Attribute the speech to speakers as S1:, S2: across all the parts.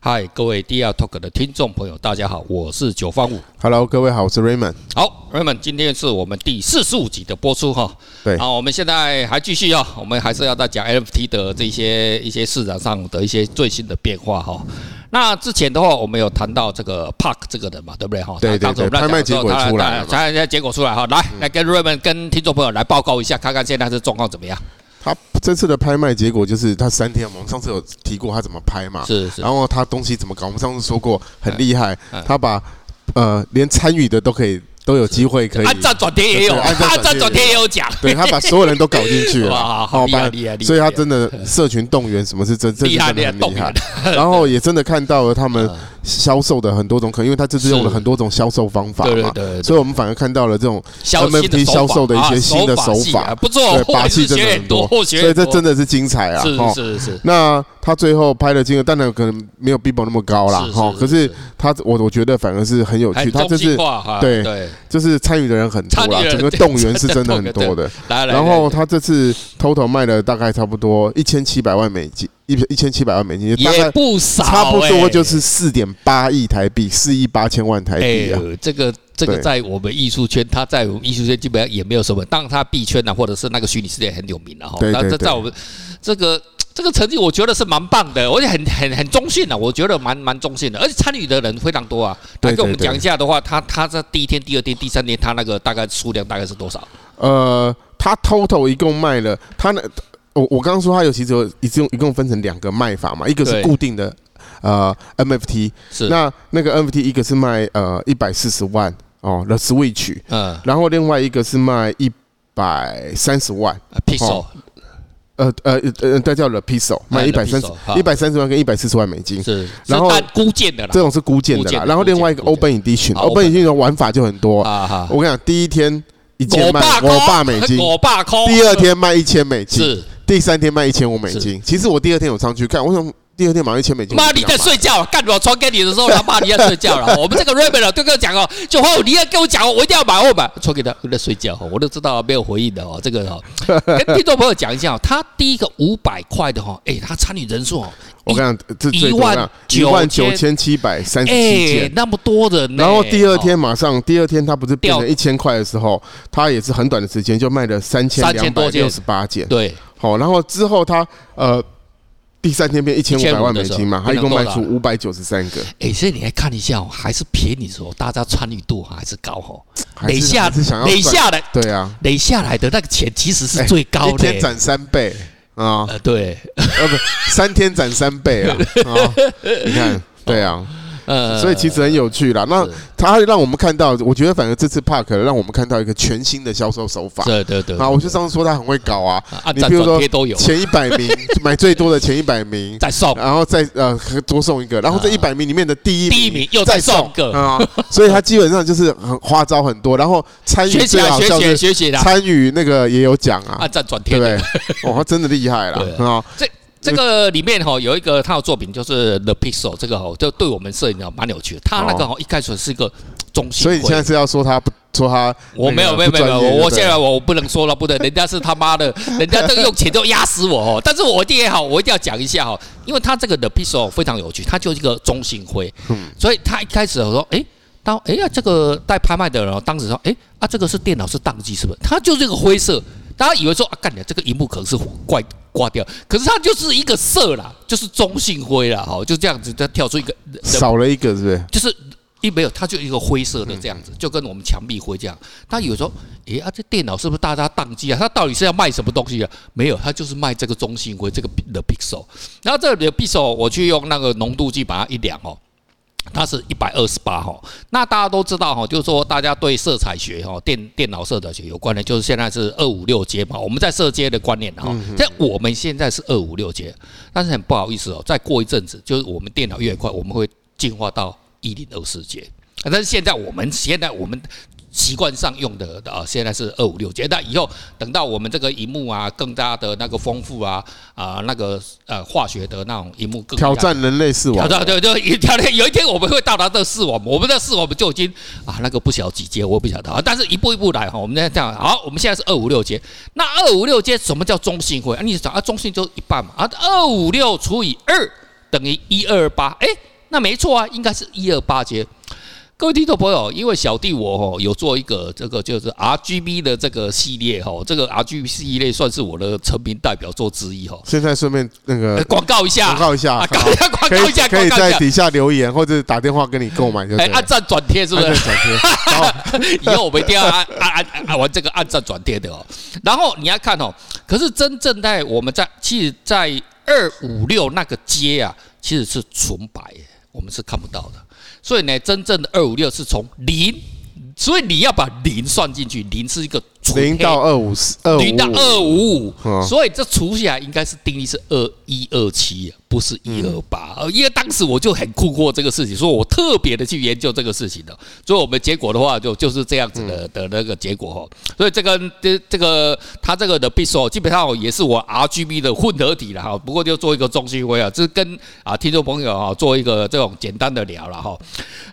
S1: 嗨，各位 DR Talk 的听众朋友，大家好，我是九方五。
S2: Hello，各位好，我是 Raymond。
S1: 好，Raymond，今天是我们第四十五集的播出哈。
S2: 对
S1: 好，我们现在还继续哦，我们还是要再讲 NFT 的这些一些市场上的一些最新的变化哈。那之前的话，我们有谈到这个 Park 这个人嘛，对不对哈？
S2: 对对
S1: 当时我们
S2: 对
S1: 在
S2: 拍卖
S1: 讲的时候
S2: 结果出来了嘛嗯
S1: 当然当然结果出来哈，来来跟 Raymond 跟听众朋友来报告一下，看看现在这状况怎么样。
S2: 他这次的拍卖结果就是他三天，我们上次有提过他怎么拍嘛，
S1: 是是
S2: 然后他东西怎么搞，我们上次说过很厉害
S1: 嗯嗯，
S2: 他把呃连参与的都可以都有机会可以，
S1: 按照转贴也有，
S2: 哎对按照
S1: 按照转
S2: 转
S1: 贴
S2: 贴
S1: 也有讲。
S2: 对他把所有人都搞进去了，
S1: 哇好
S2: 哦
S1: 厉害
S2: 把
S1: 厉害厉害
S2: 所以他真的社群动员什么 是真真
S1: 厉
S2: 是
S1: 害
S2: 真的很
S1: 厉害
S2: 厉害
S1: 动，
S2: 然后也真的看到了他们
S1: 嗯
S2: 销售的很多种可能，因为他这次用了
S1: 是
S2: 很多种销售方法
S1: 对对
S2: 嘛
S1: 对对，
S2: 所以我们反而看到了这种
S1: 销
S2: NFT 销售的一
S1: 啊
S2: 些新的手法，
S1: 不错，
S2: 对，把戏真的
S1: 学
S2: 很
S1: 很多，
S2: 所以这真的是精彩啊！
S1: 是
S2: 齁
S1: 是是
S2: 那他最后拍的金额，当然可能没有 Bibo 那么高啦
S1: 是，是
S2: 哈。
S1: 是
S2: 可是他，我我觉得反而是很有趣，
S1: 很
S2: 他
S1: 中
S2: 这
S1: 心
S2: 是
S1: 化哈，
S2: 对
S1: 对，
S2: 就是参与的人很多
S1: 参
S2: 啦
S1: 与的，人
S2: 整个动员是真的很多的。
S1: 来来，
S2: 然后
S1: 来
S2: 他这次 total 卖了大概差不多一千七百万美金，一一千七百万美金，大
S1: 也
S2: 概
S1: 不少欸，
S2: 差不多就是四点八亿台币，四亿八千万台
S1: 哎
S2: 币啊。
S1: 呦，这个这个
S2: 对
S1: 在我们艺术圈，他在我们艺术圈基本上也没有什么，当然他币圈啊，或者是那个虚拟世界很有名了哈，
S2: 对
S1: 那
S2: 对
S1: 这
S2: 对
S1: 在我们这个。这个成绩我觉得是蛮棒的，而且很很很中性的、啊我觉得蛮蛮中性的，而且参与的人非常多啊。来
S2: 对
S1: 跟我们
S2: 对对
S1: 讲一下的话，他他在第一天、第二天、第三天，他那个大概数量大概是多少？
S2: 呃，他 total 一共卖了，他呢，我我刚刚说他有其实有一共一共分成两个卖法嘛，一个
S1: 对
S2: 是固定的呃 NFT，
S1: 是
S2: 那那个 NFT 一个是卖呃一百四十万哦，The Switch，
S1: 嗯
S2: 然后另外一个是卖一百三十万，哦
S1: ，pixel
S2: 呃呃呃，它叫 The Pixel，卖
S1: 哎
S2: 一
S1: The
S2: 百三
S1: Pixel，
S2: 十
S1: 好
S2: 一百三十万跟一百四十万美金。
S1: 是，
S2: 然后
S1: 是按估建的啦
S2: 这。种是估建
S1: 估
S2: 的
S1: 建的
S2: 啦，然后另外一个
S1: 估建
S2: Open Edition，
S1: 好
S2: Open Edition 的玩法就很多。
S1: 啊哈，
S2: 我跟你讲，第一天一件
S1: 我
S2: 卖
S1: 爸
S2: 我爸美金，
S1: 我爸抠。
S2: 第二天卖一千美金，
S1: 哦是
S2: 第三天卖一千五美金。其实我第二天有上去看，我想第二天马上一千美金。
S1: 妈，
S2: 我就
S1: 你
S2: 不
S1: 在
S2: 想买
S1: 睡觉？干我传给你的时候，他妈你在睡觉 了。我们这个 Raymond 哦就跟我讲哦，就后你要跟我讲哦，我一定要买，我买。传给他我在睡觉哦，我都知道没有回应的哦。这个哦， 跟听众朋友讲一下哦，他第一个五百块的哈，哎，他参与人数哦，
S2: 我跟你讲，这最
S1: 一万
S2: 一万九
S1: 千
S2: 千七百三十七
S1: 哎
S2: 件，。
S1: 那么多人呢。
S2: 然后第二天
S1: 哦
S2: 马上，第二天它不是变成
S1: 掉
S2: 一千块的时候，它也是很短的时间就卖了三千两百六十八件。
S1: 对
S2: 好，然后之后它呃第三天变一千五百
S1: 1500
S2: 万美金嘛，
S1: 的
S2: 它
S1: 时
S2: 一
S1: 候
S2: 共卖
S1: 变
S2: 出
S1: 成
S2: 五百九十三个，
S1: 哎、所以你来看一下哦，还是便宜的时候，大家参与度还是高哦。
S2: 还
S1: 累
S2: 是
S1: 下
S2: 还是想要
S1: 累
S2: 赚
S1: 下来，
S2: 对啊，
S1: 累下来的那个钱其实是
S2: 哎
S1: 最高
S2: 一
S1: 的、
S2: 天涨三倍啊，
S1: 呃，对，
S2: 呃不，三天涨三倍 啊，啊，你看，对啊。
S1: 呃，
S2: 所以其实很有趣啦。那
S1: 是
S2: 他让我们看到，我觉得反而这次 Park 让我们看到一个全新的销售手法。
S1: 对对对，
S2: 啊，我就上次说他很会搞啊
S1: 啊按，
S2: 你
S1: 赞
S2: 比如
S1: 转
S2: 说
S1: 贴都有
S2: 前一百 名买最多的前一百名，
S1: 再送
S2: 然后再呃多送一个，然后这一百名里面的第一
S1: 啊第一名又再送一个，
S2: 啊，所以他基本上就是很花招很多，然后参与
S1: 学起
S2: 最
S1: 来
S2: 好
S1: 学
S2: 笑
S1: 起来
S2: 是
S1: 学起来，
S2: 参与那个也有奖啊
S1: 按，赞转
S2: 对
S1: 贴
S2: 不
S1: 的
S2: 对。？哦，他真的厉害
S1: 对
S2: 了
S1: 啊
S2: 啊！
S1: 这这个里面哈、有一个他的作品就是《The Pixel》，这个哈、就对我们摄影啊蛮有趣的。他那个哈、一开始是一个中心
S2: 哦所
S1: 会，
S2: 以你现在是要说他不说他
S1: 我没有，没
S2: 那
S1: 有，没
S2: 个
S1: 有，
S2: 不专
S1: 没有
S2: 业
S1: 我
S2: 就对
S1: 现
S2: 了
S1: 在我我不能说了，不能，人家是他妈 的，人家这个用钱都压死我哦。但是我一定好，我一定要讲一下哈、哦，因为他这个的 piece 哦非常有趣，他就是一个中性灰，
S2: 嗯
S1: 所以他一开始我说，诶，当诶啊呀、这个带拍卖的人、哦，当时说，诶，啊，这个是电脑是宕机是不是？他就是一个灰色，大家以为说啊，干你这个荧幕可能是怪刮掉，可是它就是一个色啦，就是中性灰啦，哈、哦，就这样子，它跳出一个
S2: 少了一个，是不是？
S1: 就是一没有，它就一个灰色的这样子，就跟我们墙壁灰这样。他有时候，诶啊，这电脑是不是大家宕机啊？它到底是要卖什么东西啊？没有，它就是卖这个中性灰，这个 the pixel。然后这个 the pixel，我去用那个浓度计把它一量哦。它是一百二十八哈，那大家都知道哈，就是说大家对色彩学哈、电电脑色彩学有关的，就是现在是二五六阶嘛，我们在色阶的观念
S2: 嗯
S1: 哈，在我们现在是二五六阶，但是很不好意思哦，再过一阵子，就是我们电脑越快，我们会进化到一零二四阶，但是现在我们现在我们习惯上用的啊，现在是二五六阶，那以后等到我们这个荧幕啊更加的那个丰富啊啊、那个呃化学的那种荧幕更加
S2: 挑战人类视网
S1: 挑，战对对，一挑战有一天我们会到达这个视网膜，我们的视网膜就已经啊那个不晓几阶，我也不晓得啊，但是一步一步来哈，我们现在这样好，我们现在是二五六阶，那二五六阶什么叫中性会？啊你想啊中性就一半嘛，啊二五六除以二等于一二八，哎那没错啊，应该是一二八阶。各位听众朋友，因为小弟我哦有做一个这个就是 RGB 的这个系列哈，这个 RGB 系列算是我的成名代表作之一哈。
S2: 现在顺便那
S1: 呃
S2: 个
S1: 广告一下，
S2: 广告一下
S1: 啊广告一下，广
S2: 可
S1: 告一下，
S2: 以可
S1: 广
S2: 以
S1: 告一
S2: 在
S1: 下。
S2: 底下留言或者打电话跟你购买就
S1: 哎
S2: 对，了。
S1: 按赞转贴是不
S2: 按
S1: 是？
S2: 赞转贴，好，
S1: 以后我们一定要按按按按按玩这个按赞转贴的哦。然后你要看哦，可是真正在我们在其实，在二五六那个街啊，其实是纯白，我们是看不到的。所以呢，真正的二五六是从零，所以你要把零算进去，零是一个纯
S2: 零
S1: 黑
S2: 到二五四二
S1: 零到
S2: 五
S1: 二五
S2: 嗯
S1: 五，所以这除起来应该是定义是二一二七，不是一二八。
S2: 嗯
S1: 呃因为当时我就很困惑这个事情，所以我特别的去研究这个事情的。所以我们结果的话，就就是这样子
S2: 嗯
S1: 的的那个结果哈。所以这个这这个它这个的 b i s o 基本上也是我 RGB 的混合体了哈。不过就做一个中心灰啊，这是跟啊听众朋友啊做一个这种简单的聊了哈。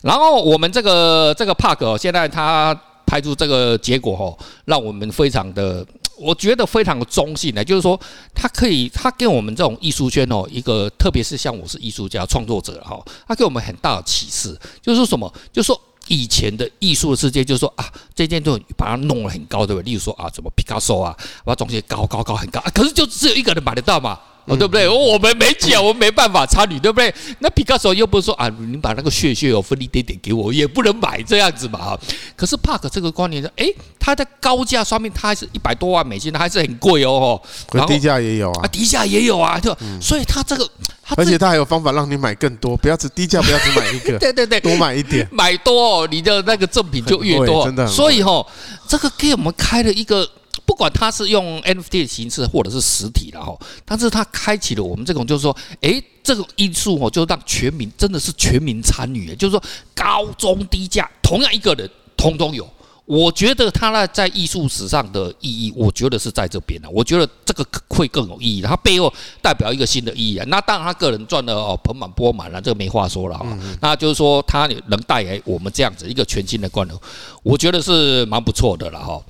S1: 然后我们这个这个 Park 哦，现在它拍出这个结果哦，让我们非常的，我觉得非常的中性的，就是说它可以，它给我们这种艺术圈哦，一个特别是像我是艺术家创作者哈、哦，它给我们很大的启示，就是说什么，就是说。以前的艺术世界就是说啊，这件东西把它弄得很高，对不对？例如说啊，什么皮卡丘啊，把东西高高高很高、啊，可是就只有一个人买得到嘛，
S2: 嗯
S1: 哦，对不对？我们没钱，我们没办法参与，对不对？那皮卡丘又不是说啊，你把那个血血哦分一点点给我，也不能买这样子嘛啊。可是 Park 这个观念是，诶，它在高价上面它还是一百多万美金，它还是很贵哦哦。
S2: 可
S1: 然后
S2: 低价也有
S1: 啊，
S2: 啊，
S1: 底下也有啊，就所以它这个，它
S2: 而
S1: 这
S2: 且它还有方法让你买更多，不要只低价，不要只买一个，
S1: 对对对，
S2: 多买一点。
S1: 买多、哦，你的那个赠品就越
S2: 很
S1: 多，
S2: 贵真的很贵
S1: 所以哈、这个给我们开了一个，不管它是用 NFT 的形式或者是实体了哈、但是它开启了我们这种就是说，诶，这种因素哦，就让全民真的是全民参与，就是说高中低价同样一个人通通有。我觉得它那在艺术史上的意义，我觉得是在这边的、我觉得这个会更有意义，它背后代表一个新的意义啊。那当然，他个人赚的哦盆满钵满了，这个没话说了
S2: 嗯
S1: 哈、那就是说，他能带给我们这样子一个全新的观点，我觉得是蛮不错的了哈、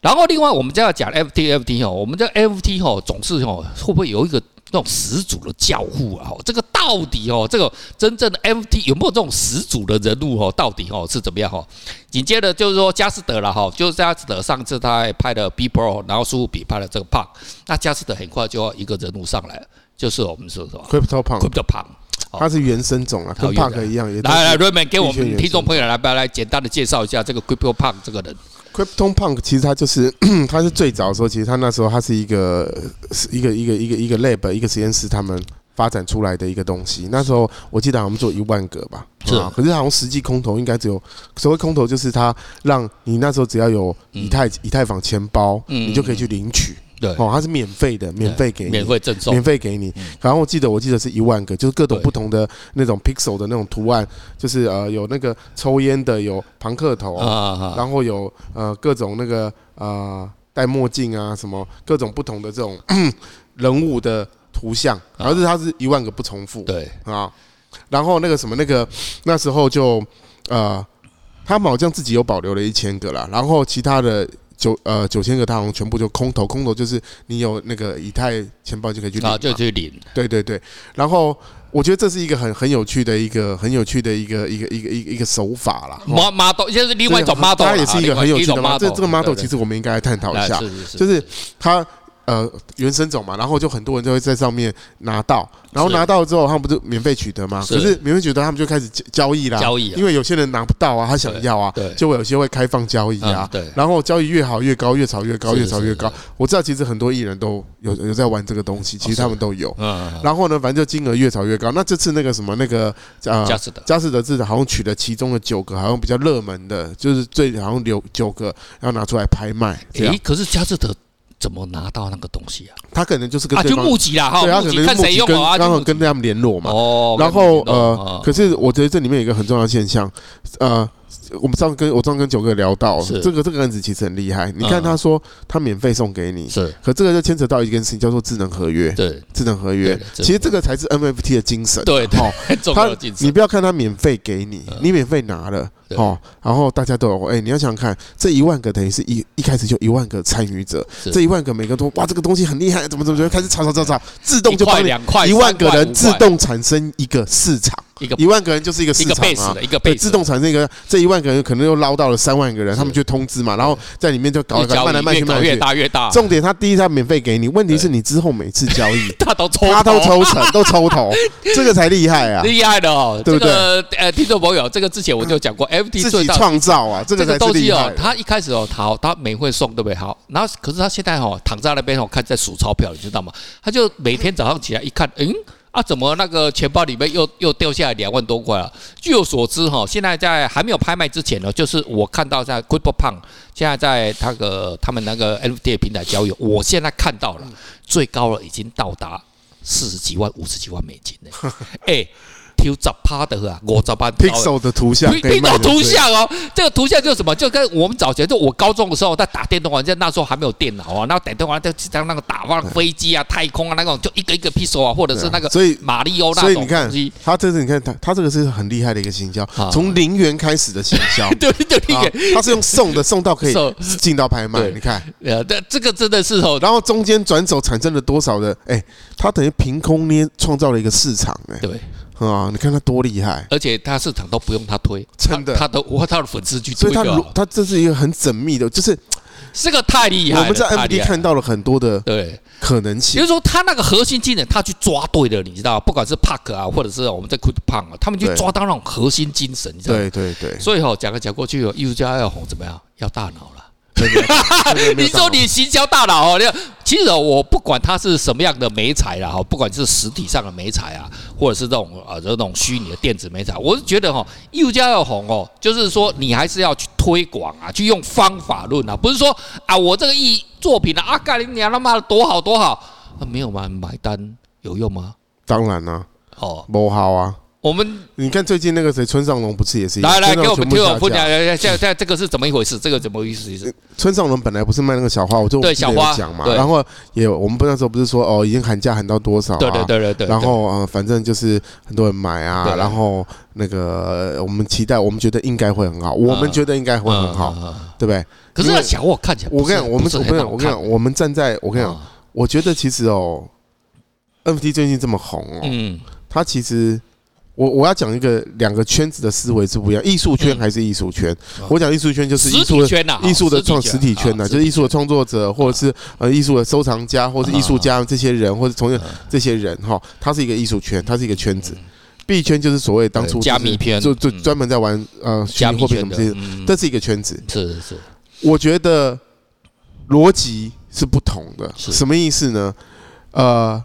S1: 然后另外我们就要讲 FT FT 哦，我们这 FT 哦总是哦会不会有一个那种始祖的教父啊？哦，这个到底哦，这个真正的 FT 有没有这种始祖的人物哦？到底哦是怎么样哦？紧接着就是说佳士得了哈，就是佳士得上次他还拍了 B Pro，然后苏富比拍了这个胖，那佳士得很快就要一个人物上来了，就是我们说什么
S2: Crypto p u n
S1: c r y
S2: k
S1: p t o 胖。
S2: 它是原生种啊，跟
S1: 好原
S2: Park
S1: 来
S2: 一样，也都
S1: 来来
S2: 是。
S1: ，Raymond 给我
S2: 的确
S1: 们
S2: 也
S1: 听众
S2: 是
S1: 朋友来来来简单的介绍一下这个 Crypto Punk 这个人。
S2: Crypto Punk 其实它就是 它是最早的时候，其实它那时候它是一个是一个一个一个一个 lab 一个实验室他们发展出来的一个东西。那时候我记得好像做一万个吧，
S1: 是
S2: 啊可是好像实际空投应该只有所谓空投就是它让你那时候只要有以太以太坊钱包，
S1: 嗯
S2: 你就可以去领取
S1: 对，
S2: 哦，它是免费的，免费给你
S1: 免费赠送嗯
S2: 免。费给你。然后我记得我记得是一万个，就是各种
S1: 对
S2: 不同的那种 pixel 的那种图案，就是呃有那个抽烟的，有庞克头，
S1: 啊啊
S2: 然后有呃各种那个呃戴墨镜啊什么各种不同的这种 人物的图像，然后是它是一万个不重复，
S1: 啊对，
S2: 啊，然后那个什么那个那时候就呃，他们好像自己有保留了一千个啦，然后其他的九呃九千个他好像全部就空投，空投就是你有那个以太钱包就可以去领嘛
S1: 啊，就去领，
S2: 对对对，然后我觉得这是一个很很有趣的一个很有趣的一个一个一个一个一个手法啦。哦
S1: model 就是另外一种
S2: 这个
S1: model，
S2: 它也是一个很有趣的 model。
S1: model。
S2: 这这个 model 其
S1: 实
S2: 实我们应该来探讨一下，
S1: 是是是，
S2: 就是它呃原生种嘛，然后就很多人就会在上面拿到，然后
S1: 是
S2: 拿到之后他们不就免费取得吗？
S1: 是
S2: 可是免费取得他们就开始交交易啦，
S1: 交易啊
S2: 因为有些人拿不到啊，他想要啊
S1: 对对，
S2: 就会有些会开放交易啊
S1: 嗯，对
S2: 然后交易越好越高，越炒越
S1: 是
S2: 高，
S1: 哦
S2: 越炒越高。我知道其实很多艺人都有有在玩这个东西，其实他们都有。
S1: 嗯，
S2: 然后呢，反正就金额越炒越高。那这次那个什么那个呃
S1: 加持的，
S2: 佳士得自己好像取了其中的九个，好像比较热门的，就是最好像留九个要拿出来拍卖，这样
S1: 诶，可是加士德怎么拿到那个东西啊？
S2: 他可能就是跟
S1: 啊，
S2: 对
S1: 就
S2: 方，
S1: 募集啦哈，
S2: 对他可
S1: 募
S2: 能
S1: 集看
S2: 是募
S1: 谁
S2: 集
S1: 用
S2: 跟
S1: 了啊，
S2: 刚
S1: 就
S2: 好
S1: 募
S2: 跟他们联络嘛。
S1: 哦，啊
S2: 然后
S1: 跟募集
S2: 呃，可是我觉得这里面有一个很重要的现象，呃，我们上次跟我上次跟九哥聊到，
S1: 是
S2: 这个这个案子其实很厉害。你
S1: 嗯
S2: 看他说他免费送给你
S1: 嗯，是，
S2: 可这个就牵扯到一件事情叫做智能合约。
S1: 对
S2: 智能合约
S1: 对的智能合约
S2: 其实这个才是 NFT 的精神。
S1: 对对
S2: 哦，
S1: 综
S2: 他
S1: 合竞
S2: 你
S1: 争，
S2: 不要看他免费给你，你免费拿了
S1: 嗯对
S2: 哦，然后大家都有哎、你要想想看，这一万个等于是一一开始就一万个参与者，
S1: 是
S2: 这一万个每个都哇这个东西很厉害，怎么怎么怎么开始炒炒炒炒，自动
S1: 一
S2: 就
S1: 块
S2: 帮你
S1: 两块
S2: 一万个人
S1: 三
S2: 自
S1: 块五块
S2: 动产生一个市场，
S1: 一个
S2: 一万个人就是一个市
S1: 一个
S2: 场
S1: base
S2: 啊
S1: 的，一个
S2: 对，
S1: base
S2: 自动产生一个这一万个人可能又捞到了三万个人，他们去通知嘛，然后在里面就搞一
S1: 的
S2: 搞
S1: 交
S2: 卖来卖
S1: 易
S2: 去
S1: 越
S2: 卖
S1: 搞
S2: 来
S1: 越
S2: 去。
S1: 大越大，
S2: 重点，他第一他免费给你，问题是你之后每次交易
S1: 他都抽
S2: 他都
S1: 头
S2: 抽成，都抽 头，这个才厉害啊！
S1: 厉害的哦，
S2: 对不
S1: 这个呃，听众朋友，这个之前我就讲过，FT
S2: 自
S1: 最
S2: 己
S1: 大
S2: 创造啊，这
S1: 这
S2: 个
S1: 个
S2: 才是
S1: 东
S2: 厉
S1: 西
S2: 害
S1: 哦
S2: 的。，
S1: 他一开始哦，好，他每会送对不对？好，然后可是他现在哦，躺在那边哦，看在数钞票，你知道吗？他就每天早上起来一看，嗯。啊，怎么那个钱包里面又 又掉下来两万多块啊？据我所知，哈，现在在还没有拍卖之前呢，就是我看到在 g o o d p o n 现在在那个他们那个 NFT 平台交易，我现在看到了最高了，已经到达四十几万、五十几万美金呢。 哎，丢十趴的啊，我十趴
S2: Pixel 的图像可以
S1: 听
S2: 卖
S1: 到
S2: 得
S1: 图
S2: 对
S1: 像哦，这个图像就是什么？就跟我们早前就我高中的时候在打电动玩家，那时候还没有电脑啊，然后打电动玩家像那个打放飞机啊、太空啊那种，就一个一个 pixel 啊，或者是那个
S2: 所以
S1: 马里奥
S2: 所
S1: 那
S2: 以你
S1: 种
S2: 看
S1: 东西。，
S2: 他这是你看他他这个是很厉害的一个行销
S1: 啊，。
S2: 从零元开始的行销
S1: 对对
S2: 啊
S1: 对，
S2: 他是用 送的，送到可以
S1: 送
S2: 进到拍卖，
S1: 对
S2: 你看，
S1: 呃，这这个真的是哦，
S2: 然后中间转手产生了多少的？哎，他等于凭空捏创造了一个市场，哎，
S1: 对，
S2: 啊，你看他多厉害，
S1: 而且他市场都不用他推，他
S2: 真的
S1: 他的我他的粉丝去
S2: 所
S1: 推
S2: 以他
S1: 就
S2: 如
S1: 好，
S2: 他这是一个很缜密的，就是
S1: 这个太厉
S2: 我
S1: 害了，
S2: 们在
S1: 太厉
S2: MD
S1: 害了。
S2: 看到了很多的
S1: 对，
S2: 可能
S1: 也就
S2: 性
S1: 是，说他那个核心技能，他去抓对了，你知道，不管是 Park 啊，或者是我们在 Good Punk 啊，他们去
S2: 对
S1: 抓到那种核心精神，你知道吗
S2: 对对 对，
S1: 所以哈、讲来讲过去哦，艺术家要红怎么样？要大脑了。
S2: 真的真的
S1: 你
S2: 没有
S1: 说
S2: 办法
S1: 你行销大脑哦，你看其实哦我不管它是什么样的媒材啦，哈，不管是实体上的媒材啊，或者是这种啊这种虚拟的电子媒材，我是觉得哈、艺术家要红哦，就是说你还是要去推广啊，去用方法论啊，不是说啊我这个艺作品啊，啊盖你娘他妈的多好多好，啊、没有嘛，买单有用吗？
S2: 当然啦，
S1: 哦，
S2: 不好啊。
S1: 我们
S2: 你看最近那个谁，村上龙不是也是一样
S1: 来来
S2: 村上
S1: 给我
S2: 龙
S1: 们
S2: 全部
S1: 听我
S2: 下
S1: 分
S2: 架
S1: 享一下，现在这个是怎么一回事？这个怎么一回事？
S2: 村上龙本来不是卖那个小花，我就我
S1: 对
S2: 记得
S1: 小花
S2: 有讲嘛，
S1: 对
S2: 然后也我们不那时候不是说哦，已经喊价喊到多少啊？
S1: 对对对对对，
S2: 然后呃，反正就是很多人买啊
S1: 对，
S2: 然后那个呃我们期待，我们觉得应该会
S1: 啊
S2: 很好，我们觉得应该会很好，
S1: 嗯。嗯嗯
S2: 对不对？
S1: 可是
S2: 因
S1: 那
S2: 为
S1: 小我看起来不是，
S2: 我跟你讲，我
S1: 不
S2: 们
S1: 是哎
S2: 我
S1: 很
S2: 跟你
S1: 好
S2: 讲，我跟你讲，我们站在我跟你讲，
S1: 啊
S2: 我觉得其实哦，NFT 最近这么红哦，
S1: 嗯，
S2: 它其实。我我要讲一个两个圈子的思维是不一样，艺术圈还是艺术圈。我讲艺术圈就是艺
S1: 嗯实
S2: 术
S1: 体
S2: 的
S1: 圈呐，哦
S2: 艺术的
S1: 实体
S2: 创实体圈呢、
S1: 啊
S2: 就是艺术的创作者，或者是呃艺术的收藏
S1: 嗯
S2: 家，或者是艺术家这些人，或者从业这些人哈，他是一个艺术圈，他是一个圈子。币圈就是所谓当初
S1: 嗯对加密片
S2: 就就
S1: 嗯
S2: 专门在玩呃虚
S1: 加
S2: 拟
S1: 密
S2: 货币什
S1: 圈的，
S2: 么这些，
S1: 嗯
S2: 这是一个圈子。
S1: 是是是，
S2: 我觉得逻辑是不同的，
S1: 是
S2: 什么意思呢？呃，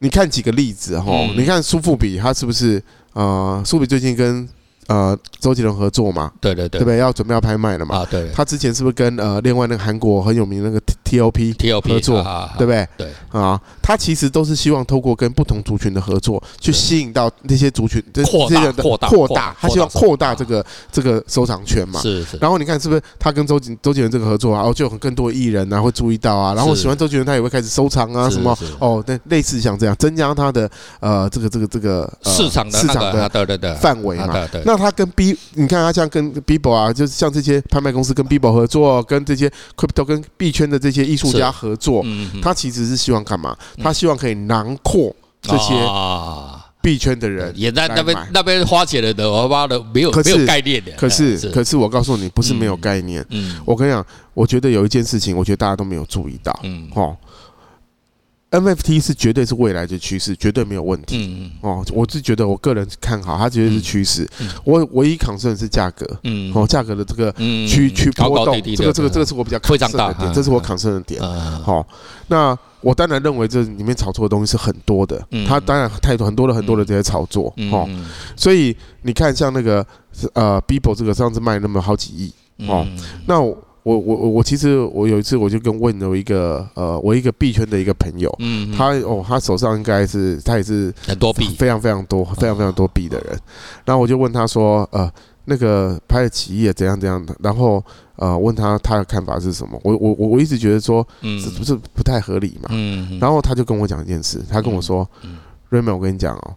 S2: 你看几个例子哈，
S1: 嗯
S2: 你看苏富比他是不是呃苏富比最近跟呃周杰伦合作嘛，
S1: 对对
S2: 对不
S1: 对，
S2: 对？要准备要拍卖了嘛，
S1: 啊对
S2: 他之前是不是跟呃另外那个韩国很有名的那个 T O P
S1: ，T O P 啊
S2: 合作对不对
S1: 对
S2: 啊？他其实都是希望透过跟不同族群的合作，去吸引到那些族群这
S1: 扩
S2: 这
S1: 大
S2: 些人的
S1: 扩大
S2: 扩
S1: 扩大
S2: 大，他希望
S1: 扩
S2: 扩
S1: 大
S2: 大这个这个收藏圈嘛。
S1: 是是，
S2: 然后你看是不是他跟周杰周杰伦这个合作啊，哦，就有更多的艺人啊会注意到啊，然后
S1: 是
S2: 喜欢周杰伦他也会开始收藏啊
S1: 是
S2: 什么
S1: 是
S2: 哦，那类似像这样增加他的呃这个这个这个呃
S1: 市场的
S2: 市
S1: 那
S2: 场
S1: 个啊
S2: 的
S1: 对对对
S2: 范围
S1: 啊
S2: 嘛。
S1: 对对，
S2: 那他跟 B，你看他像跟 Bibo 啊，就是像这些拍卖公司
S1: 嗯
S2: 跟 Bibo 合作，跟这些 crypto 跟币圈的这些艺术家合作，
S1: 嗯嗯
S2: 他其实是希望干嘛？
S1: 嗯
S2: 他希望可以囊括这些
S1: 啊
S2: 币圈的人。
S1: 也在那
S2: 来买
S1: 边那边花钱的人，我妈的没有
S2: 可
S1: 没
S2: 是
S1: 有概念的，
S2: 可
S1: 哎
S2: 是，可是我告诉你，不是没有
S1: 嗯
S2: 概念。
S1: 嗯
S2: 我跟你讲，我觉得有一件事情，我觉得大家都没有注意到，
S1: 嗯
S2: 哦。NFT 是绝对是未来的趋势，绝对没有问题
S1: 嗯
S2: 哦。我是觉得我个人看好，它绝对是趋势
S1: 嗯嗯。
S2: 我唯一 concern 是价格
S1: 嗯
S2: 哦，价格的这个
S1: 嗯
S2: 去去
S1: 高
S2: 波
S1: 高低
S2: 动，
S1: 低
S2: 这
S1: 的
S2: 个这个这个是我比较
S1: 非常
S2: concern
S1: 大
S2: 的
S1: 嗯
S2: 点，这是我
S1: 嗯
S2: concern 的点。
S1: 嗯
S2: 好，那我当然认为这里面炒作的东西是很多的
S1: 嗯，
S2: 它当然太多很多的很多的这些炒作
S1: 嗯
S2: 哦，
S1: 嗯
S2: 所以你看像那个呃 Bibo 这个上次卖那么好几亿，
S1: 嗯
S2: 哦那我我我我其实我有一次我就跟问了一个呃我一个币圈的一个朋友，
S1: 嗯
S2: 他哦他手上应该是他也是
S1: 很多币
S2: 非常非常多、非常非常多币的人。然后我就问他说，呃，那个拍的企业怎样怎样的，然后呃问他他的看法是什么。我我我我一直觉得说
S1: 嗯
S2: 这不是不太合理嘛。
S1: 嗯
S2: 然后他就跟我讲一件事，他跟我说
S1: 嗯
S2: ，Raymond，我跟你讲哦，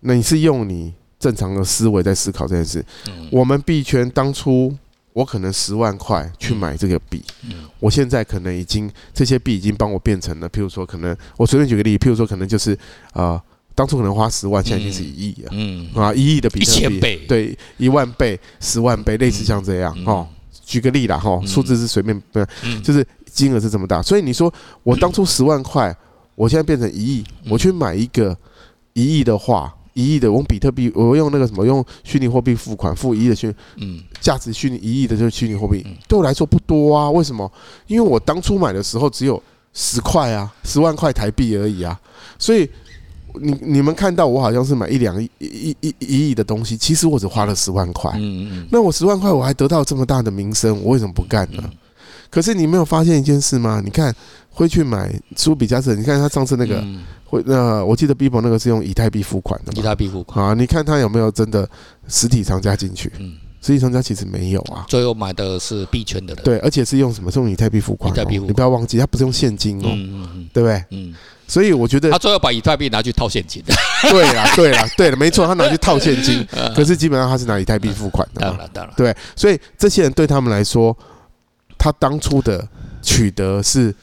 S2: 那你是用你正常的思维在思考这件事。我们币圈当初。我可能十万块去
S1: 嗯
S2: 买这个币，我现在可能已经这些币已经帮我变成了，譬如说可能我随便举个例，譬如说可能就是呃当初可能花十万，现在已经是一亿了。
S1: 嗯，
S2: 啊，一亿的比特币，
S1: 1000倍
S2: 对，一万倍、十万倍，类似像这样哦。举个例啦，哈，数字是随便，不是
S1: 嗯
S2: 就是金额是这么大。所以你说我当初十万块，我现在变成一亿，我去买一个一亿的话，一亿的我用比特币，我用那个什么，用虚拟货币付款，付一亿的虚
S1: 嗯
S2: 价值虚拟一亿的就是虚拟货币，对我来说不多啊。为什么？因为我当初买的时候只有十块啊，十万块台币而已啊。所以你你们看到我好像是买一两亿一一一亿的东西，其实我只花了十万块。
S1: 嗯嗯
S2: 那我十万块我还得到这么大的名声，我为什么不干
S1: 嗯
S2: 呢？可是你没有发现一件事吗？你看会去买苏比加斯，你看他上次那个
S1: 嗯
S2: 会，那我记得 Bibo 那个是用以太币付款的
S1: 以
S2: 嘛？
S1: 太币付款，
S2: 啊，你看他有没有真的实体商家进去？
S1: 嗯，
S2: 实体商家其实没有啊。
S1: 最后买的是币圈的人，，
S2: 对，而且是用什么？是用以太币付款、哦，
S1: 呃以太币付款
S2: 你不要忘记，它不是用现金哦，
S1: 嗯啊嗯嗯
S2: 对不对？
S1: 嗯，
S2: 所以我觉得
S1: 他，最后把以太币拿去套现金，
S2: 对啦，对啦，对了，没错，他拿去套现 金，可是基本上他是拿以太币付款的
S1: 啊当
S2: 嘛，
S1: 然当然，
S2: 对，所以这些人对他们来说，他当初的取得是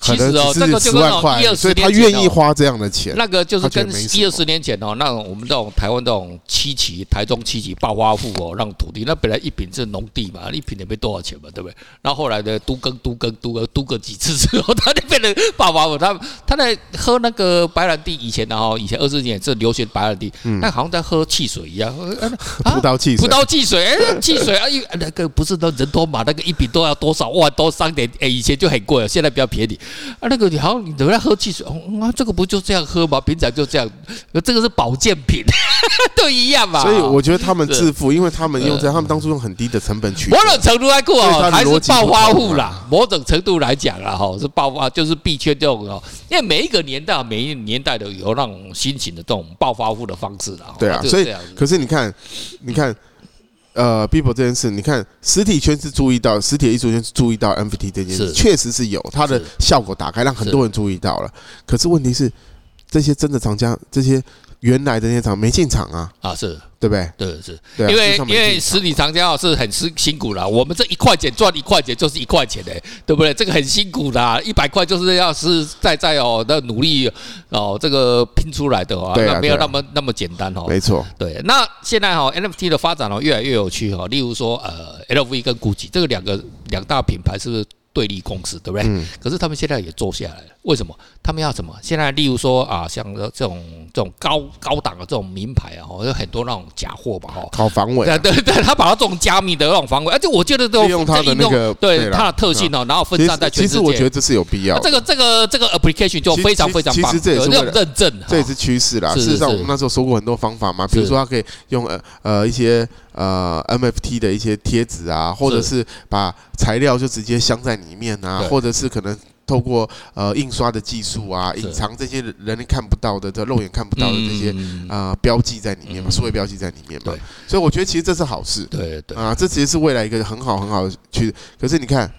S2: 可
S1: 其实
S2: 能
S1: 哦，
S2: 只
S1: 这
S2: 是
S1: 个就
S2: 十
S1: 跟
S2: 万
S1: 那种
S2: 块
S1: 一，二十
S2: 所以他
S1: 年
S2: 愿
S1: 前
S2: 意
S1: 哦
S2: 花这样的钱，
S1: 那个就是跟
S2: 他觉得没什么
S1: 一二十年前哦，那种我们这种台湾这种七期、台中七期暴发户哦，那种土地，那本来一平是农地嘛，一平也没多少钱嘛，对不对？然后后来呢，都更、都更、都更、都更几次之后，他就变 成暴发户。他他在喝那个白兰地，以前的哦，以前二十年是流行白兰地，那好像在喝汽水一样，呃啊
S2: 葡萄汽
S1: 葡
S2: 水，
S1: 萄汽水，哎，汽水啊，一那个不是那人头马那个一瓶都要多少万多三点，哎，以前就很贵了，现在比较便宜。啊，那个你好像你等下喝汽水，哦嗯啊，这个不就这样喝吗？平常就这样，呃这个是保健品， 都一样嘛。
S2: 所以我觉得他们
S1: 啊是
S2: 致富，因为他们用这样，他们当初用很低的成本取得
S1: 某，种程度来讲
S2: 所以它
S1: 哦，
S2: 的
S1: 还
S2: 逻
S1: 是
S2: 辑不
S1: 暴发
S2: 同
S1: 户
S2: 啊
S1: 啦。某种程度来讲啦，哦哈，是暴发，就是币圈这种哦。因为每一个年代，每一个年代都有那种新型的这种暴发户的方式啦。吼
S2: 对啊
S1: 哦那，就是
S2: 所以
S1: 这样子
S2: 可是你看，你看，呃，People 这件事，你看实体圈是注意到，实体的艺术圈是注意到 NFT 这件事，
S1: 是
S2: 确实是有它的
S1: 是
S2: 效果打开，让很多人注意到了。可是问题是，这些真的厂家，这些原来的那些厂没进场啊，
S1: 啊，是
S2: 对不对？
S1: 对是。
S2: 对啊，
S1: 因为
S2: 至少没
S1: 因为
S2: 进
S1: 实体厂家哦是很辛辛苦啦，我们这一块钱赚一块钱就是一块钱的、对不对？这个很辛苦啦，一百块就是要实实在在哦，那努力哦，这个拼出来的哦，
S2: 对啊
S1: 那没有
S2: 对啊
S1: 那么那么简单哦。
S2: 没错，
S1: 对，那现在哈、NFT 的发展哦越来越有趣哈、哦，例如说呃 LV 跟 GUCCI 这个两个两大品牌是不是对立公司，对不对？
S2: 嗯
S1: 可是他们现在也做下来了，为什么？他们要什么？现在例如说啊，像这种这种高高档的这种名牌啊，哦有很多那种假货吧哈、哦，
S2: 考防伪
S1: 对，对 对，他把它这种加密的那种防伪，而且我觉得这种
S2: 啊利用它的
S1: 这应
S2: 那个
S1: 用对
S2: 对啦
S1: 它的特性哦，然后分
S2: 其
S1: 散在
S2: 实
S1: 全
S2: 其
S1: 世
S2: 实我觉
S1: 界
S2: 得。这是有必要
S1: 那这。
S2: 的
S1: 个这个这个 application 就非常
S2: 其实
S1: 非常棒，
S2: 其实这也
S1: 有
S2: 是
S1: 那
S2: 为
S1: 种
S2: 了
S1: 认证哈，
S2: 这也是趋势啦。
S1: 是
S2: 事实上，
S1: 是
S2: 我们那时候说过很多方法嘛，比如
S1: 是
S2: 说他可以用呃呃一些呃 MFT 的一些贴纸啊，或者是把材料就直接镶在里面啊
S1: 对，
S2: 或者是可能。透过呃印刷的技术啊，
S1: 是
S2: 隐藏这些人看不到的、这肉眼看不到的这些
S1: 嗯
S2: 啊标记在里面嘛，
S1: 嗯
S2: 数位标记在里面嘛
S1: 对，
S2: 所以我觉得其实这是好事
S1: 对对
S2: 啊，这其实是未来一个很好很好的趋。可是你看，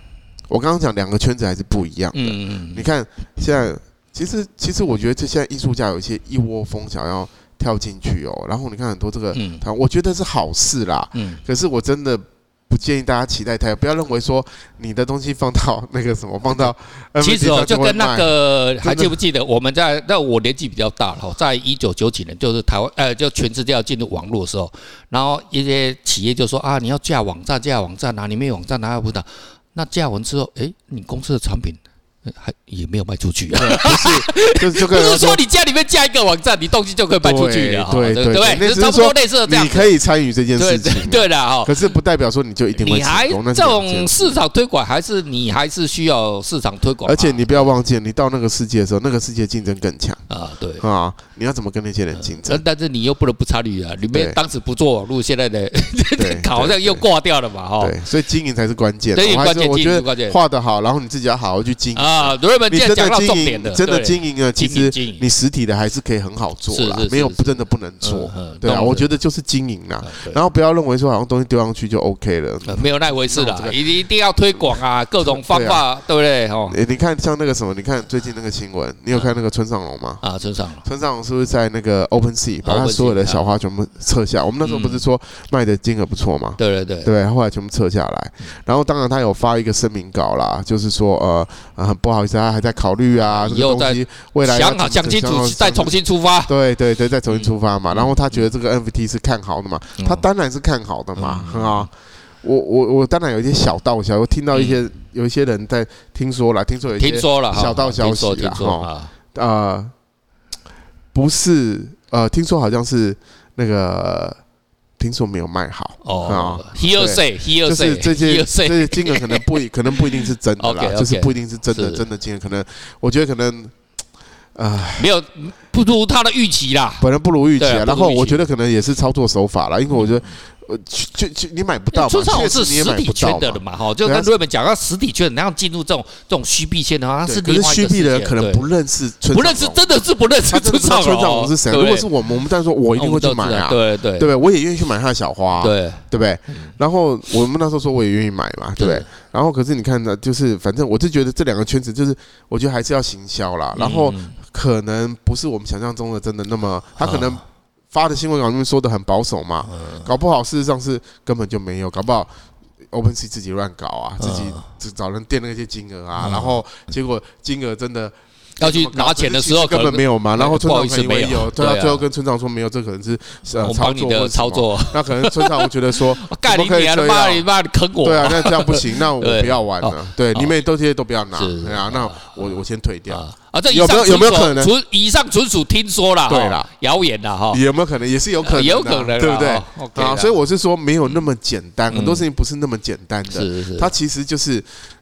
S2: 我刚刚讲两个圈子还是不一样的，
S1: 嗯嗯
S2: 你看现在，其实其实我觉得这现在艺术家有一些一窝蜂想要跳进去哦，然后你看很多这个，
S1: 嗯
S2: 他我觉得是好事啦，
S1: 嗯
S2: 可是我真的。不建议大家期待太，不要认为说你的东西放到那个什么，放到
S1: 嗯， 其实
S2: NFT
S1: 哦，
S2: 上
S1: 就
S2: 会
S1: 跟那
S2: 卖
S1: 个还
S2: 真的
S1: 记不记得我们在那我年纪比较大了哦，在一九九几年，就是台湾呃，就全世界要进入网络的时候，然后一些企业就说啊，你要架网站，架网站啊哪里没有网站哪有不的，那架完之后，哎，你公司的产品呃还也没有卖出去啊。
S2: 对不是，就是就
S1: 不
S2: 跟
S1: 是说你家里面架一个网站，你东西就可以卖出去了，哈
S2: 对
S1: 对
S2: 对
S1: 不
S2: 对
S1: 对？
S2: 那
S1: 就
S2: 只是
S1: 差不多
S2: 说
S1: 类似的这样
S2: 你
S1: 子。
S2: 可以参与这件
S1: 对
S2: 事
S1: 对
S2: 情，，
S1: 对的哈，
S2: 可是不代表说你就一定会
S1: 你还
S2: 成功。那
S1: 这
S2: 是两件
S1: 种市场推广，还是你还是需要市场推广嘛，啊
S2: 而且你不要忘记，你到那个世界的时候，那个世界竞争更强
S1: 啊，对。
S2: 啊，你要怎么跟那些人竞争
S1: 但？但是你又不能不参与啊！你们
S2: 对
S1: 当时不做网络，现在的
S2: 对
S1: 好像又挂掉了嘛，哈
S2: 对，所以经营才是关键。
S1: 经营
S2: 我还是
S1: 哦关键
S2: 我
S1: 经营
S2: 觉
S1: 关
S2: 得
S1: 键
S2: 画得好，然后你自己要好好去经营。
S1: 啊！罗瑞文
S2: 你
S1: 今天
S2: 真
S1: 讲
S2: 的
S1: 到
S2: 经
S1: 重点
S2: 营，
S1: 的，
S2: 真的
S1: 对
S2: 经营了，其
S1: 经营
S2: 实
S1: 经营
S2: 你实体的还是可以很好做啦
S1: 是是，
S2: 没有
S1: 是是
S2: 真的不能做
S1: 嗯嗯。
S2: 对啊，
S1: 懂
S2: 我觉得就是经营啦
S1: 啊。对
S2: 然后不要认为说好像东西丢上去就 OK 了。
S1: 呃没有那回事
S2: 那我
S1: 啦
S2: 这，个
S1: 一定一定要推广 啊，各种方法，对不对？哦
S2: 诶你看像那个什么，你看最近那个新闻，你有看那个村上龙吗？
S1: 啊，村上了，
S2: 村上龙是不是在那个 Open Sea 把他
S1: OpenSea，
S2: 所有的小花全部撤下？我们那时候不
S1: 嗯
S2: 是说卖的金额不错吗？
S1: 对对对，
S2: 对，后来全部撤下来。然后当然他有发一个声明稿啦，就是说呃呃很不好意思，他还在考虑啊，这
S1: 以
S2: 个
S1: 后
S2: 东
S1: 再
S2: 西未来要
S1: 想
S2: 怎么
S1: 好想清
S2: 想
S1: 楚
S2: 好
S1: 再重新出发。
S2: 对对对，再重新出发嘛。然后他觉得这个 NFT 是看好的嘛，
S1: 嗯
S2: 他当然是看好的嘛，啊。我我我当然有一些小道消息，我听到一
S1: 嗯
S2: 些有一些人在听说了，听说有一
S1: 听
S2: 些
S1: 说了哈，
S2: 小道消
S1: 听
S2: 息
S1: 说
S2: 啦
S1: 听说
S2: 哈
S1: 啊，
S2: 呃，不是呃，听说好像是那个，听说没有卖好
S1: 哦
S2: 啊
S1: ，here say here
S2: 就
S1: say
S2: 是这些
S1: here
S2: 这
S1: say，
S2: 些金额可能不一可能不一定是真的啦，
S1: OK，OK
S2: 就是不一定是真的
S1: 是
S2: 真的金额，可能我觉得可能
S1: 没有不如他的预期啦。
S2: 本来不如预期
S1: 对
S2: 啊，
S1: 啊
S2: 然后
S1: 不如预期嗯
S2: 我觉得可能也是操作手法啦，因为我觉得呃，就就就你买不到嘛，
S1: 出这种
S2: 确
S1: 是
S2: 实你也
S1: 实
S2: 买
S1: 体
S2: 不
S1: 圈
S2: 到
S1: 的
S2: 嘛
S1: 了。嘛，哈，就
S2: 对啊
S1: 跟瑞本讲，他实体圈，然后进入这种这种虚币圈的话，他
S2: 对
S1: 是
S2: 可
S1: 另
S2: 是
S1: 外一
S2: 虚
S1: 个
S2: 币的
S1: 世
S2: 人
S1: 界
S2: 可能
S1: 对
S2: 不认识村
S1: 不
S2: 上
S1: 认识，
S2: 隆
S1: 真的是不认识
S2: 他真
S1: 村
S2: 的不知道
S1: 上
S2: 村上
S1: 龙
S2: 龙是谁啊。
S1: 对
S2: 如
S1: 不
S2: 果
S1: 哦对哦
S2: 是我们，我们当然说我一定会去买啊，
S1: 对对
S2: 对不对？我也愿意去买他的小花、啊，
S1: 对，嗯
S2: 对不对？然后我们那时候说我也愿意买嘛，对不对
S1: 是？
S2: 然后可是你看呢，就是反正我就觉得这两个圈子，就是我觉得还是要行销啦，然后
S1: 嗯
S2: 可能不是我们想象中的真的那么，他可能
S1: 啊
S2: 发的新闻稿里面说的很保守嘛，
S1: 嗯
S2: 搞不好事实上是根本就没有，搞不好。OpenSea 自己乱搞啊，自己
S1: 啊
S2: 只找人垫那些金额啊，
S1: 嗯
S2: 然后结果金额真的
S1: 要去拿钱的时候
S2: 根本没
S1: 有，
S2: 有嘛，
S1: 可能
S2: 然后村
S1: 不好
S2: 长
S1: 意
S2: 可
S1: 思
S2: 能以为
S1: 没有
S2: 有，对
S1: 对
S2: 啊，
S1: 啊
S2: 最后跟村长说没有，这可能是呃
S1: 我帮你的
S2: 操
S1: 操
S2: 作或者什么，
S1: 作，
S2: 那可能村长我觉得 说
S1: 我干
S2: 怎
S1: 你
S2: 么可以
S1: 娘的
S2: 这
S1: 妈，
S2: 样
S1: 你妈你坑我，
S2: 对啊，那这样不行，那 我
S1: 对
S2: 不要玩了。对，
S1: 好
S2: 你们都这些都不要拿，
S1: 是
S2: 对啊，那我我先退掉。
S1: 啊啊，这以
S2: 有没有
S1: 上
S2: 有没有
S1: 纯属
S2: 可能
S1: 纯以上纯属听说啦，哈
S2: 对啦，
S1: 谣言啦，哈，
S2: 有没有可能？也是有可能啊，
S1: 也哦有可能啦，
S2: 对不对
S1: 哈？？OK
S2: 啊，
S1: 啦
S2: 所以我是说没有那么简单，
S1: 嗯
S2: 很多事情不是那么简单的。
S1: 是是
S2: 它其实就是，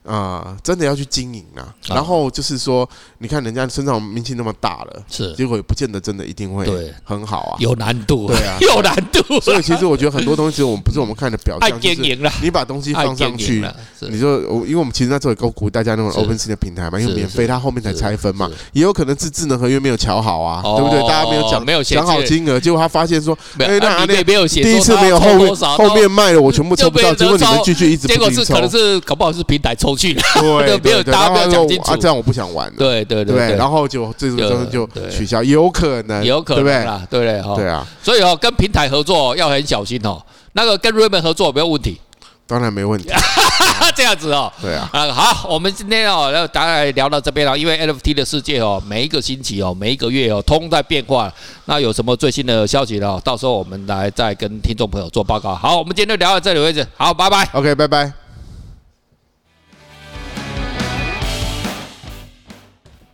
S2: 呃，真的要去经营啊。
S1: 啊
S2: 然后就是说，你看人家身上名气那么大了，
S1: 是
S2: 结果也不见得真的一定会
S1: 对
S2: 很好啊。
S1: 有难度，
S2: 对 啊
S1: 有难度，
S2: 所以其实我觉得很多东西，其实我们不是我们看的表
S1: 爱
S2: 象，就
S1: 经
S2: 是
S1: 营啦，
S2: 你把东西
S1: 爱
S2: 放上
S1: 经营
S2: 去，
S1: 啦，是
S2: 你就我，因为我们其实那时候也够鼓大家那种
S1: 是
S2: open sea 的平台嘛，因为
S1: 是
S2: 免费，
S1: 是
S2: 它后面才
S1: 是
S2: 拆分嘛
S1: 是，
S2: 也有可能是智能合约没有瞧好啊，
S1: 哦
S2: 对不对？大家没有讲
S1: 没有写
S2: 讲好
S1: 字
S2: 金额，结果他发现说，
S1: 没
S2: 哎
S1: 有，
S2: 那
S1: 啊
S2: 阿
S1: 里
S2: 内
S1: 面没有写
S2: 第一
S1: 说
S2: 次
S1: 他
S2: 没有
S1: 要
S2: 后
S1: 抽
S2: 面
S1: 多少
S2: 后面卖了，我全部抽
S1: 就
S2: 不
S1: 被
S2: 到，
S1: 人
S2: 结果你们
S1: 抽
S2: 继续一直
S1: 结
S2: 不
S1: 果
S2: 停
S1: 是
S2: 抽
S1: 可， 能是搞不好是平台抽去 了，
S2: 对，
S1: 没有
S2: 对对
S1: 大家
S2: 然后
S1: 没有
S2: 他说
S1: 讲清楚
S2: 啊，这样我不想玩了，
S1: 对对
S2: 对不对？
S1: 对，
S2: 然后就这个
S1: 对
S2: 东西就
S1: 对
S2: 取消，也有可能，
S1: 有可
S2: 对不
S1: 能
S2: 对？
S1: 啦，对不对哈？
S2: 对啊，
S1: 所以哦，跟平台合作要很小心哦。那个跟 Raymond 合作有没有问题？
S2: 当然没问题，
S1: 这样子哦。
S2: 对啊，
S1: 啊，好，我们今天哦，那大概聊到这边哦了。因为 NFT 的世界哦，每一个星期哦，每一个月哦，通在变化。那有什么最新的消息呢？到时候我们来再跟听众朋友做报告。好，我们今天就聊到这里为止。好，拜拜。
S2: ，OK，拜拜。